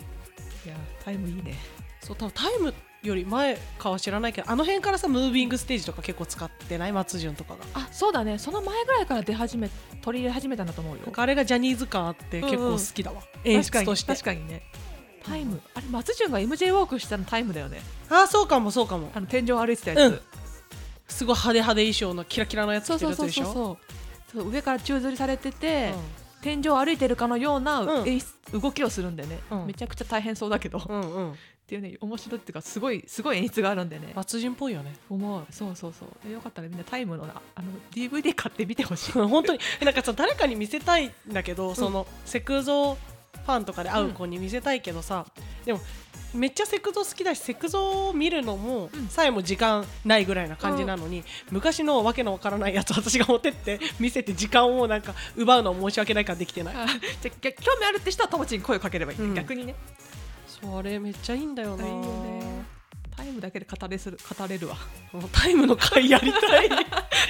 [SPEAKER 1] いやタイムいいね
[SPEAKER 2] そう多分タイムより前かは知らないけどあの辺からさムービングステージとか結構使ってない松潤とかが
[SPEAKER 1] あそうだねその前ぐらいから出始め取り入れ始めたんだと思うよ
[SPEAKER 2] なんかあれがジャニーズ感あって結構好きだわ、演
[SPEAKER 1] 確か
[SPEAKER 2] 出
[SPEAKER 1] に
[SPEAKER 2] として
[SPEAKER 1] 確かにねタイムあれ松潤が MJ ウォークしたのタイムだよね
[SPEAKER 2] ああそうかもそうかも
[SPEAKER 1] あの天井歩いてたやつ、
[SPEAKER 2] うんすごい派手派手衣装のキラキラのやつ
[SPEAKER 1] そう
[SPEAKER 2] 着て
[SPEAKER 1] そ
[SPEAKER 2] る
[SPEAKER 1] う
[SPEAKER 2] や
[SPEAKER 1] そう
[SPEAKER 2] つでし
[SPEAKER 1] そう
[SPEAKER 2] ょ
[SPEAKER 1] そうそう上から宙吊りされてて、
[SPEAKER 2] うん
[SPEAKER 1] 天井を歩いてるかのような
[SPEAKER 2] うん
[SPEAKER 1] 演出、動きをするんでね、
[SPEAKER 2] うん
[SPEAKER 1] めちゃくちゃ大変そうだけど、っ
[SPEAKER 2] うんうん
[SPEAKER 1] ていうね面白いっていうかすごいすごい演出があるんでね
[SPEAKER 2] 松潤っぽいよね
[SPEAKER 1] 思うそうそうそうえよかったらみんなタイムのなあの DVD 買って見てほしい
[SPEAKER 2] *laughs* 本当になんかさ誰かに見せたいんだけど、そのセクゾファンとかで会う子に見せたいけどさ、でもめっちゃセクゾ好きだしセクゾを見るのも、
[SPEAKER 1] うん
[SPEAKER 2] さえも時間ないぐらいな感じなのに、昔のわけのわからないやつ私が持ってって見せて時間をなんか奪うのは申し訳ないからできてない
[SPEAKER 1] あじゃあ逆興味あるって人は友達に声をかければいいね、
[SPEAKER 2] うん
[SPEAKER 1] 逆にね
[SPEAKER 2] それめっちゃいいんだよない
[SPEAKER 1] いよねタイムだけで語れする語れる *laughs* わ
[SPEAKER 2] もうタイムの回やりた *laughs* い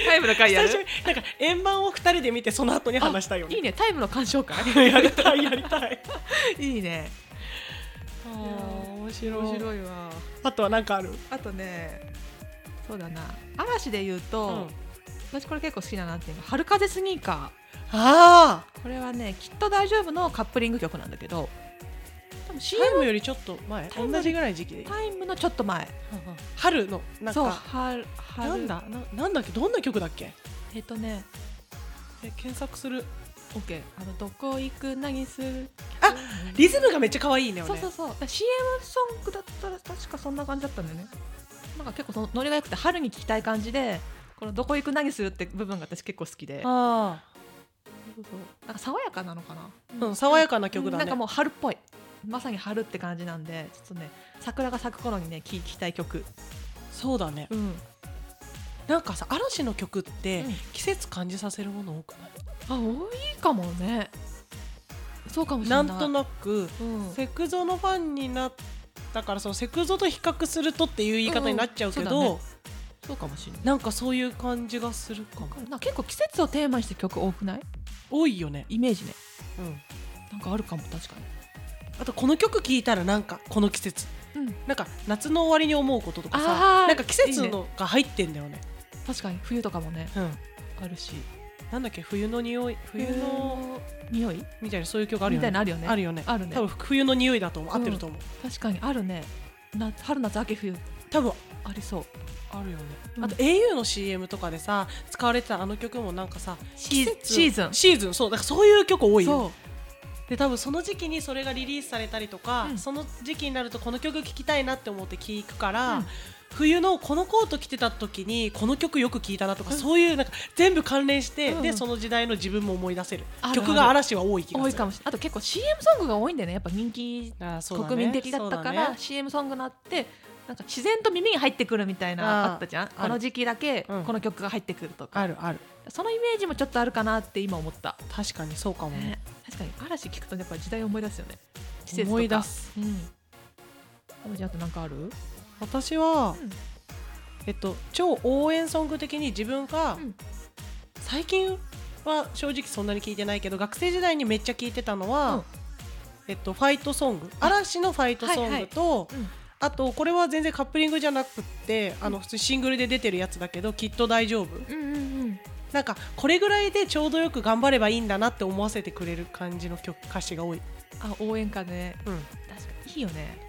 [SPEAKER 1] タイムの回や
[SPEAKER 2] 最
[SPEAKER 1] る
[SPEAKER 2] 初になんか円盤を二人で見てその後に話したいよね
[SPEAKER 1] いいねタイムの鑑賞会
[SPEAKER 2] *laughs* やりたいやりたい
[SPEAKER 1] *laughs* いいね
[SPEAKER 2] あー面白
[SPEAKER 1] 面
[SPEAKER 2] い
[SPEAKER 1] 白いわ
[SPEAKER 2] あとは何かある
[SPEAKER 1] あとねそうだな嵐で言うと、私これ結構好きだなっていうのが春風スニーカ
[SPEAKER 2] ああ
[SPEAKER 1] ーこれはねきっと大丈夫のカップリング曲なんだけど多分 CM
[SPEAKER 2] タイムよりちょっと前
[SPEAKER 1] タイム
[SPEAKER 2] 同じぐらい時期でいい
[SPEAKER 1] タイムのちょっと前
[SPEAKER 2] 春のなん
[SPEAKER 1] そう
[SPEAKER 2] か
[SPEAKER 1] 春春
[SPEAKER 2] なんだななんだっけどんな曲だっけ
[SPEAKER 1] えっとね
[SPEAKER 2] え検索する
[SPEAKER 1] OK あのどこ行く何する
[SPEAKER 2] あリズムがめっちゃ可愛いんだよね
[SPEAKER 1] そうそうそうだから CM ソングだったら確かそんな感じだったんだよねなんか結構そのノリが良くて春に聴きたい感じでこのどこ行く何するって部分が私結構好きで
[SPEAKER 2] あ
[SPEAKER 1] そうそうなんか爽やかなのかな
[SPEAKER 2] あうん爽やかな曲だね
[SPEAKER 1] なんかもう春っぽいまさに春って感じなんでちょっとね桜が咲く頃にね聴きたい曲
[SPEAKER 2] そうだね
[SPEAKER 1] うん
[SPEAKER 2] なんかさ嵐の曲って
[SPEAKER 1] うん
[SPEAKER 2] 季節感じさせるもの多くない
[SPEAKER 1] あ多いかもねそうかもしれ
[SPEAKER 2] な
[SPEAKER 1] ない
[SPEAKER 2] んとなく
[SPEAKER 1] うん
[SPEAKER 2] セクゾのファンになったからそのセクゾと比較するとっていう言い方になっちゃうけど、
[SPEAKER 1] うんうんそうかもしれない
[SPEAKER 2] なんかそういう感じがするかも
[SPEAKER 1] なんか結構季節をテーマにして曲多くない
[SPEAKER 2] 多いよね、
[SPEAKER 1] イメージね
[SPEAKER 2] うん、
[SPEAKER 1] なんかあるかも確か
[SPEAKER 2] あとこの曲聴いたらなんかこの季節
[SPEAKER 1] にうん
[SPEAKER 2] なんか夏の終わりに思うこととかさ
[SPEAKER 1] あー
[SPEAKER 2] なんか季節
[SPEAKER 1] いい
[SPEAKER 2] のが入ってんだよね
[SPEAKER 1] 確かに冬とかもね
[SPEAKER 2] うん
[SPEAKER 1] あるし
[SPEAKER 2] なんだっけ冬の匂い冬の
[SPEAKER 1] 匂い
[SPEAKER 2] みたいなそういう曲あるよね
[SPEAKER 1] みたいなのあるよね
[SPEAKER 2] あるよね
[SPEAKER 1] あるね
[SPEAKER 2] 多分冬の匂いだと思う合
[SPEAKER 1] うん
[SPEAKER 2] ってると思う、
[SPEAKER 1] 確かにあるねな春夏秋冬
[SPEAKER 2] 多分
[SPEAKER 1] ありそう
[SPEAKER 2] あるよね、
[SPEAKER 1] うん
[SPEAKER 2] あと au の CM とかでさ使われてたあの曲もなんかさ
[SPEAKER 1] シーシーズン
[SPEAKER 2] シーズンそうだからそういう曲多いよ
[SPEAKER 1] そう
[SPEAKER 2] で多分その時期にそれがリリースされたりとか、
[SPEAKER 1] うん
[SPEAKER 2] その時期になるとこの曲聴きたいなって思って聴くから、
[SPEAKER 1] うん
[SPEAKER 2] 冬のこのコート着てた時にこの曲よく聴いたなとか、
[SPEAKER 1] うん
[SPEAKER 2] そういうなんか全部関連して、
[SPEAKER 1] うん
[SPEAKER 2] でその時代の自分も思い出せる
[SPEAKER 1] あるある
[SPEAKER 2] 曲が嵐は多い気がする
[SPEAKER 1] 多いかもしれないあと結構 CM ソングが多いんだよねやっぱ人気
[SPEAKER 2] あーそうだね
[SPEAKER 1] 国民的だったか
[SPEAKER 2] そうだ
[SPEAKER 1] ら
[SPEAKER 2] ね
[SPEAKER 1] CM ソングになってなんか自然と耳に入ってくるみたい
[SPEAKER 2] あー
[SPEAKER 1] なあったじゃん
[SPEAKER 2] ある
[SPEAKER 1] あの時期だけ
[SPEAKER 2] うん
[SPEAKER 1] この曲が入ってくるとか、
[SPEAKER 2] あるある
[SPEAKER 1] そのイメージもちょっとあるかなって今思った、
[SPEAKER 2] 確かにそうかもね
[SPEAKER 1] ね確かに嵐聞くとやっぱ時代を思い出すよね季節とか
[SPEAKER 2] 思い出す
[SPEAKER 1] うんタモちゃんあとなんかある
[SPEAKER 2] 私は、
[SPEAKER 1] うん
[SPEAKER 2] えっと、超応援ソング的に自分が、
[SPEAKER 1] うん
[SPEAKER 2] 最近は正直そんなに聞いてないけど学生時代にめっちゃ聞いてたのは、
[SPEAKER 1] うん
[SPEAKER 2] えっと、ファイトソング嵐のファイトソングと、
[SPEAKER 1] うん
[SPEAKER 2] あとこれは全然カップリングじゃなくってあの普通シングルで出てるやつだけどきっと大丈夫
[SPEAKER 1] うんうんうん
[SPEAKER 2] なんかこれぐらいでちょうどよく頑張ればいいんだなって思わせてくれる感じの曲歌詞が多い、
[SPEAKER 1] あ応援歌ね
[SPEAKER 2] うん
[SPEAKER 1] 確かにいいよね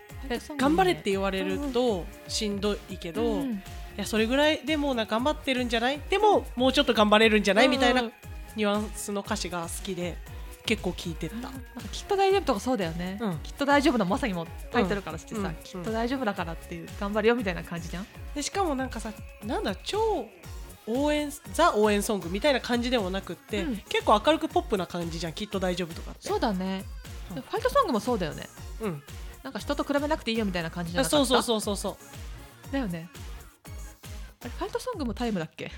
[SPEAKER 2] 頑張れって言われるとしんどいけど、
[SPEAKER 1] うん
[SPEAKER 2] いやそれぐらいでもなんか頑張ってるんじゃないでももうちょっと頑張れるんじゃない、みたいな
[SPEAKER 1] うん
[SPEAKER 2] ニュアンスの歌詞が好きで結構聞いてっ
[SPEAKER 1] な
[SPEAKER 2] た
[SPEAKER 1] ん。かきっと大丈夫とかそうだよね、
[SPEAKER 2] うん
[SPEAKER 1] きっと大丈夫のまさにもうタイトルからしてさ、
[SPEAKER 2] うん
[SPEAKER 1] きっと大丈夫だからっていう頑張れよみたいな感じじゃん、
[SPEAKER 2] でしかもなんかさなんだ超応援ザ応援ソングみたいな感じでもなくって、
[SPEAKER 1] うん
[SPEAKER 2] 結構明るくポップな感じじゃんきっと大丈夫とかって
[SPEAKER 1] そうだね、
[SPEAKER 2] う
[SPEAKER 1] フ
[SPEAKER 2] ん
[SPEAKER 1] ァイトソングもそうだよね
[SPEAKER 2] うん、
[SPEAKER 1] なんか人と比べなくていいよみたいな感じじゃ
[SPEAKER 2] あ
[SPEAKER 1] なかっ
[SPEAKER 2] そ
[SPEAKER 1] た
[SPEAKER 2] うそうそうそうそう
[SPEAKER 1] だよねあれファイトソングもタイムだっけ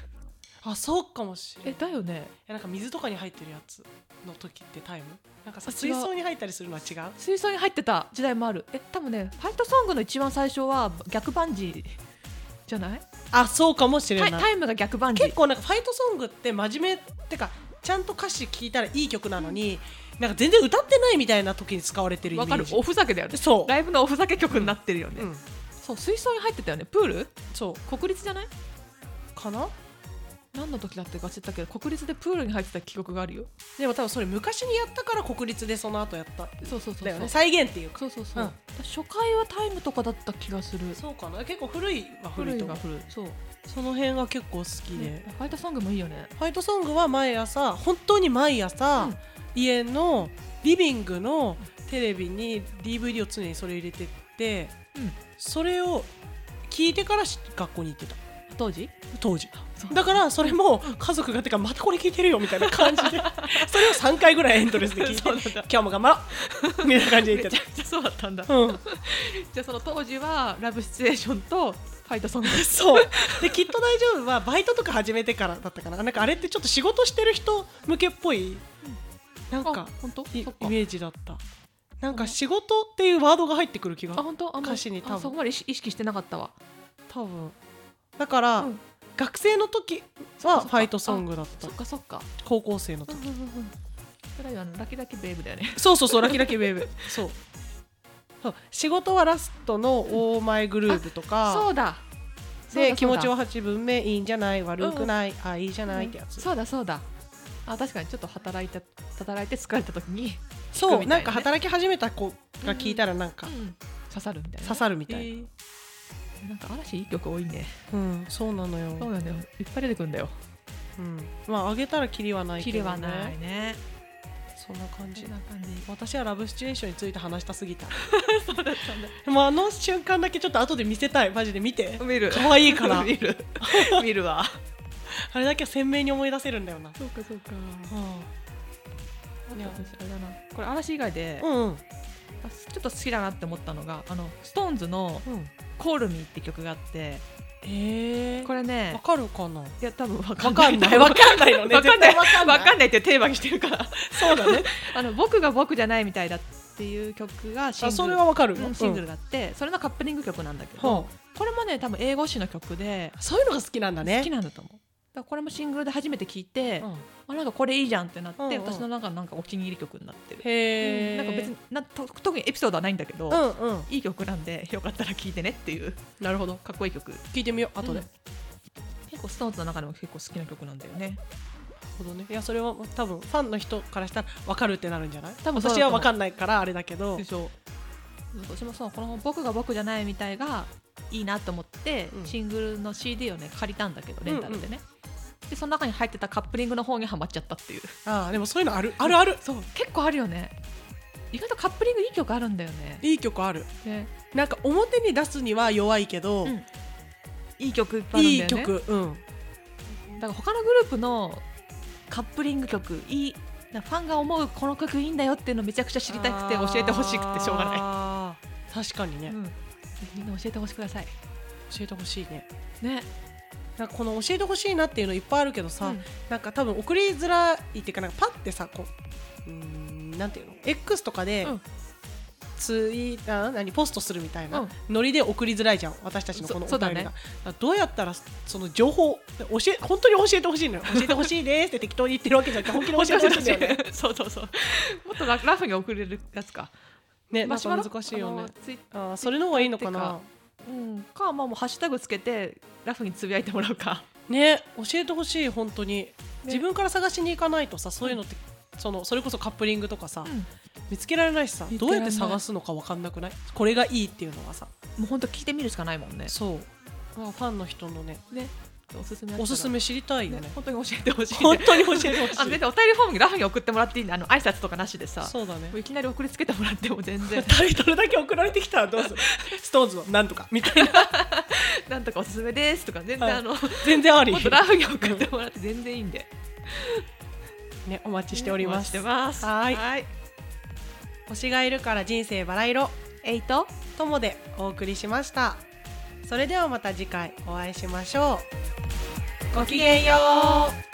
[SPEAKER 2] あそうかもしれ
[SPEAKER 1] え
[SPEAKER 2] ない
[SPEAKER 1] だよね
[SPEAKER 2] えなんか水とかに入ってるやつの時ってタイムなんか
[SPEAKER 1] あ
[SPEAKER 2] さ
[SPEAKER 1] 違う
[SPEAKER 2] 水槽に入ったりするのは違う
[SPEAKER 1] 水槽に入ってた時代もあるえ多分ねファイトソングの一番最初は逆バンジーじゃない
[SPEAKER 2] あそうかもしれ
[SPEAKER 1] タイ
[SPEAKER 2] ない
[SPEAKER 1] タイムが逆バンジー
[SPEAKER 2] 結構なんかファイトソングって真面目ってかちゃんと歌詞聞いたらいい曲なのに、なんか全然歌ってないみたいな時に使われてるイメ
[SPEAKER 1] わ
[SPEAKER 2] ージ
[SPEAKER 1] かるおふざけだよね
[SPEAKER 2] そう
[SPEAKER 1] ライブのおふざけ曲になってるよね、
[SPEAKER 2] うん、
[SPEAKER 1] そう水槽に入ってたよねプール
[SPEAKER 2] そ
[SPEAKER 1] 国立じゃないう
[SPEAKER 2] かな
[SPEAKER 1] 何の時だって忘れたけど国立でプールに入ってた記憶があるよ
[SPEAKER 2] でも多分それ昔にやったから国立でその後やった
[SPEAKER 1] そうそうそうそう
[SPEAKER 2] だよね再現っていうか
[SPEAKER 1] そうそうそう、
[SPEAKER 2] うん
[SPEAKER 1] 初回はタイムとかだった気がする
[SPEAKER 2] そうかな結構古いは古
[SPEAKER 1] 古
[SPEAKER 2] い
[SPEAKER 1] い
[SPEAKER 2] と
[SPEAKER 1] が
[SPEAKER 2] 思う
[SPEAKER 1] 古いそう、
[SPEAKER 2] その辺が結構好きで、
[SPEAKER 1] ねファイトソングもいいよね
[SPEAKER 2] ファイトソングは毎朝本当に毎朝、
[SPEAKER 1] うん
[SPEAKER 2] 家のリビングのテレビに DVD を常にそれ入れてって
[SPEAKER 1] うん
[SPEAKER 2] それを聞いてからし学校に行ってた
[SPEAKER 1] 当時
[SPEAKER 2] 当時
[SPEAKER 1] そう
[SPEAKER 2] だからそれも家族がてかまたこれ聞いてるよみたいな感じで *laughs* それを3回ぐらいエントレスで聞いて
[SPEAKER 1] そうなんだ
[SPEAKER 2] 今日も頑張ろうみたいな感じで
[SPEAKER 1] めち
[SPEAKER 2] 言
[SPEAKER 1] ゃ
[SPEAKER 2] っ
[SPEAKER 1] くち
[SPEAKER 2] て
[SPEAKER 1] ゃ *laughs* そうだったんだ
[SPEAKER 2] た。うん
[SPEAKER 1] じゃあその当時はラブシチュエーションとファイトソング
[SPEAKER 2] そうできっと大丈夫はバイトとか始めてからだったかななんかあれってちょっと仕事してる人向けっぽいなん
[SPEAKER 1] あ
[SPEAKER 2] か
[SPEAKER 1] 本当
[SPEAKER 2] いイ
[SPEAKER 1] そっか
[SPEAKER 2] メージだったなんか仕事っていうワードが入ってくる気
[SPEAKER 1] あ
[SPEAKER 2] が
[SPEAKER 1] 本当あんまり
[SPEAKER 2] 歌詞に多分
[SPEAKER 1] あそこまで意識意識してなかったわ
[SPEAKER 2] 多分だから、
[SPEAKER 1] うん
[SPEAKER 2] 学生の時はファイトソングだった
[SPEAKER 1] そっかそっか
[SPEAKER 2] 高校生の
[SPEAKER 1] う
[SPEAKER 2] 時
[SPEAKER 1] んうんうんうんぐらいはあのラキラキベイブだよね
[SPEAKER 2] そうそうそうラキラキベイブそうそう仕事はラストの「オーマイグルーブ」と
[SPEAKER 1] そ
[SPEAKER 2] か
[SPEAKER 1] うだそうだ
[SPEAKER 2] で気持ち
[SPEAKER 1] そうだ
[SPEAKER 2] は8分目いいんじゃない悪くない、あいいじゃないってやつ
[SPEAKER 1] そうだそうだあ確かにちょっと働いた働いて疲れた時に、
[SPEAKER 2] そう
[SPEAKER 1] 聞くみたいなね
[SPEAKER 2] なんか働き始めた子が聞いたらなんか
[SPEAKER 1] 刺さるみたいな
[SPEAKER 2] 刺さるみたいな、
[SPEAKER 1] えーなんか嵐いい曲多いね
[SPEAKER 2] うんそうなのよ、
[SPEAKER 1] そうなんだよいっぱい出てくるんだよ
[SPEAKER 2] うん、まあ上げたらキリはないけど、ね、
[SPEAKER 1] ね
[SPEAKER 2] そんな感じ
[SPEAKER 1] こんな感じ
[SPEAKER 2] 私はラブシチュエーションについて話したすぎた *laughs* もうあの瞬間だけちょっと後で見せたいマジで *laughs* 見て
[SPEAKER 1] 見る
[SPEAKER 2] 可愛いから
[SPEAKER 1] 見 *laughs* る見るわ
[SPEAKER 2] あれだけは鮮明に思い出せるんだよな、
[SPEAKER 1] そうかそうか
[SPEAKER 2] いや
[SPEAKER 1] 私あれだなこれ嵐以外で、
[SPEAKER 2] うんうん
[SPEAKER 1] あちょっと好きだなって思ったのがあの SixTONES の「コールミーって曲があって
[SPEAKER 2] えー、
[SPEAKER 1] こ
[SPEAKER 2] れ
[SPEAKER 1] れ
[SPEAKER 2] わ
[SPEAKER 1] ね
[SPEAKER 2] かるかなわ
[SPEAKER 1] いや多分わか
[SPEAKER 2] か
[SPEAKER 1] んない
[SPEAKER 2] ん *laughs* ないわかんないのね
[SPEAKER 1] わかんない
[SPEAKER 2] 絶対わ
[SPEAKER 1] わかん
[SPEAKER 2] かんない
[SPEAKER 1] ないってテーマにしてるから
[SPEAKER 2] そうだね
[SPEAKER 1] あの僕が僕じゃないみたいだっていう曲がシング
[SPEAKER 2] あ
[SPEAKER 1] ル
[SPEAKER 2] それはわかるわ、
[SPEAKER 1] うんシングルがあって、それのカップリング曲なんだけ
[SPEAKER 2] うん、
[SPEAKER 1] ど、
[SPEAKER 2] は
[SPEAKER 1] これもね多分英語詞の曲で
[SPEAKER 2] あそういうのが好きなんだね
[SPEAKER 1] 好きなんだと思う。だからこれもシングルで初めて聞いて、
[SPEAKER 2] うん
[SPEAKER 1] あなんかこれいいじゃんってなって、
[SPEAKER 2] うんうん
[SPEAKER 1] 私の中のなんかお気に入り曲になってる。
[SPEAKER 2] へえ、
[SPEAKER 1] なんか別になと特にエピソードはないんだけど、
[SPEAKER 2] うんうん
[SPEAKER 1] いい曲なんでよかったら聞いてねっていう
[SPEAKER 2] なるほど
[SPEAKER 1] かっこいい曲。
[SPEAKER 2] 聞いてみよう後で、
[SPEAKER 1] うんで結構ストーンズの中でも結構好きな曲なんだよね
[SPEAKER 2] ほどねいやそれは多分ファンの人からしたら分かるってなるんじゃない
[SPEAKER 1] 多分そうだ
[SPEAKER 2] 私
[SPEAKER 1] と
[SPEAKER 2] は
[SPEAKER 1] 思う
[SPEAKER 2] 分かんないからあれだけど
[SPEAKER 1] でしょ私もそうこの「僕が僕じゃないみたい」がいいなと思って、
[SPEAKER 2] うん
[SPEAKER 1] シングルの CD をね借りたんだけどレンタルで
[SPEAKER 2] うん
[SPEAKER 1] ね、でその中に入ってたカップリングの方にはまっちゃったっていう
[SPEAKER 2] ああでもそういうのあるあるある
[SPEAKER 1] そう結構あるよね意外とカップリングいい曲あるんだよね
[SPEAKER 2] いい曲ある
[SPEAKER 1] ね
[SPEAKER 2] なんか表に出すには弱いけど、
[SPEAKER 1] うんいい曲いっぱいあるん
[SPEAKER 2] い
[SPEAKER 1] だ
[SPEAKER 2] い
[SPEAKER 1] よね
[SPEAKER 2] 曲うん
[SPEAKER 1] だから他のグループのカップリング曲いいなんかファンが思うこの曲いいんだよっていうのめちゃくちゃ知りたくて教えてほしくてしょうがな
[SPEAKER 2] ない確かにね、
[SPEAKER 1] い、うん、みんな教えてほしください
[SPEAKER 2] 教えてほしいね
[SPEAKER 1] ね
[SPEAKER 2] なんかこの教えてほしいなっていうのいっぱいあるけどさ、
[SPEAKER 1] うん
[SPEAKER 2] なんか多分送りづらいっていうかなんかパッてさこううーんなんていうの X とかで、
[SPEAKER 1] うん
[SPEAKER 2] ツイあ何ポストするみたいな、
[SPEAKER 1] うん
[SPEAKER 2] ノリで送りづらいじゃん私たちのこの
[SPEAKER 1] そ
[SPEAKER 2] お
[SPEAKER 1] そうだ
[SPEAKER 2] 便
[SPEAKER 1] ね
[SPEAKER 2] りが、だからどうやったらその情報教え本当に教えてほ
[SPEAKER 1] *laughs*
[SPEAKER 2] しいのよ教えてほしいですって適当に言ってるわけじゃなくて本気で教えてほしいんだよね
[SPEAKER 1] そうそうそう。もっとララフに送れるやつか。
[SPEAKER 2] ねな
[SPEAKER 1] マ
[SPEAKER 2] ん
[SPEAKER 1] シュマ
[SPEAKER 2] か
[SPEAKER 1] ロ
[SPEAKER 2] 難しいよ
[SPEAKER 1] あ
[SPEAKER 2] ね
[SPEAKER 1] のツイ
[SPEAKER 2] あーそれの方がいいのか
[SPEAKER 1] て
[SPEAKER 2] な
[SPEAKER 1] かうんかまあもうハッシュタグつけてラフにつぶやいてもらうか。
[SPEAKER 2] ね教えてほしい本当に、自分から探しに行かないとさそういうのって、そのそれこそカップリングとかさ、見つけられないしさ
[SPEAKER 1] 見つけ
[SPEAKER 2] どう
[SPEAKER 1] られ
[SPEAKER 2] や
[SPEAKER 1] な
[SPEAKER 2] っ
[SPEAKER 1] い
[SPEAKER 2] て探すのか分かんなくないこれがいいっていうのはさ
[SPEAKER 1] もう本当聞いてみるしかないもんね。
[SPEAKER 2] そうファンの人のね
[SPEAKER 1] ね。おすすめあったら
[SPEAKER 2] おすすめ知りたいよね
[SPEAKER 1] ね本当に教えてほしいね。
[SPEAKER 2] *laughs* 本当に教えてほ
[SPEAKER 1] あの
[SPEAKER 2] し
[SPEAKER 1] 全
[SPEAKER 2] い
[SPEAKER 1] 然お便りフォームにラフに送ってもらっていいんであの挨拶とかなしでさ。
[SPEAKER 2] そうだね
[SPEAKER 1] もういきなり送りつけてもらっても全
[SPEAKER 2] *laughs*
[SPEAKER 1] 然
[SPEAKER 2] タイトルだけ送られてきたらどう *laughs* するストーンズのなんとかみ *laughs* たいな
[SPEAKER 1] なんとかおすすめですとか全然
[SPEAKER 2] はい
[SPEAKER 1] あ
[SPEAKER 2] *laughs*
[SPEAKER 1] の、
[SPEAKER 2] 全然あり
[SPEAKER 1] もっとラフに送ってもらって全然いいんで
[SPEAKER 2] ねお待ちしておりま
[SPEAKER 1] し
[SPEAKER 2] す
[SPEAKER 1] てます
[SPEAKER 2] はい
[SPEAKER 1] はい
[SPEAKER 2] 推しがいるから人生バラ色
[SPEAKER 1] えいと
[SPEAKER 2] ともでお送りしましたそれではまた次回お会いしましょう
[SPEAKER 1] ごきげんよう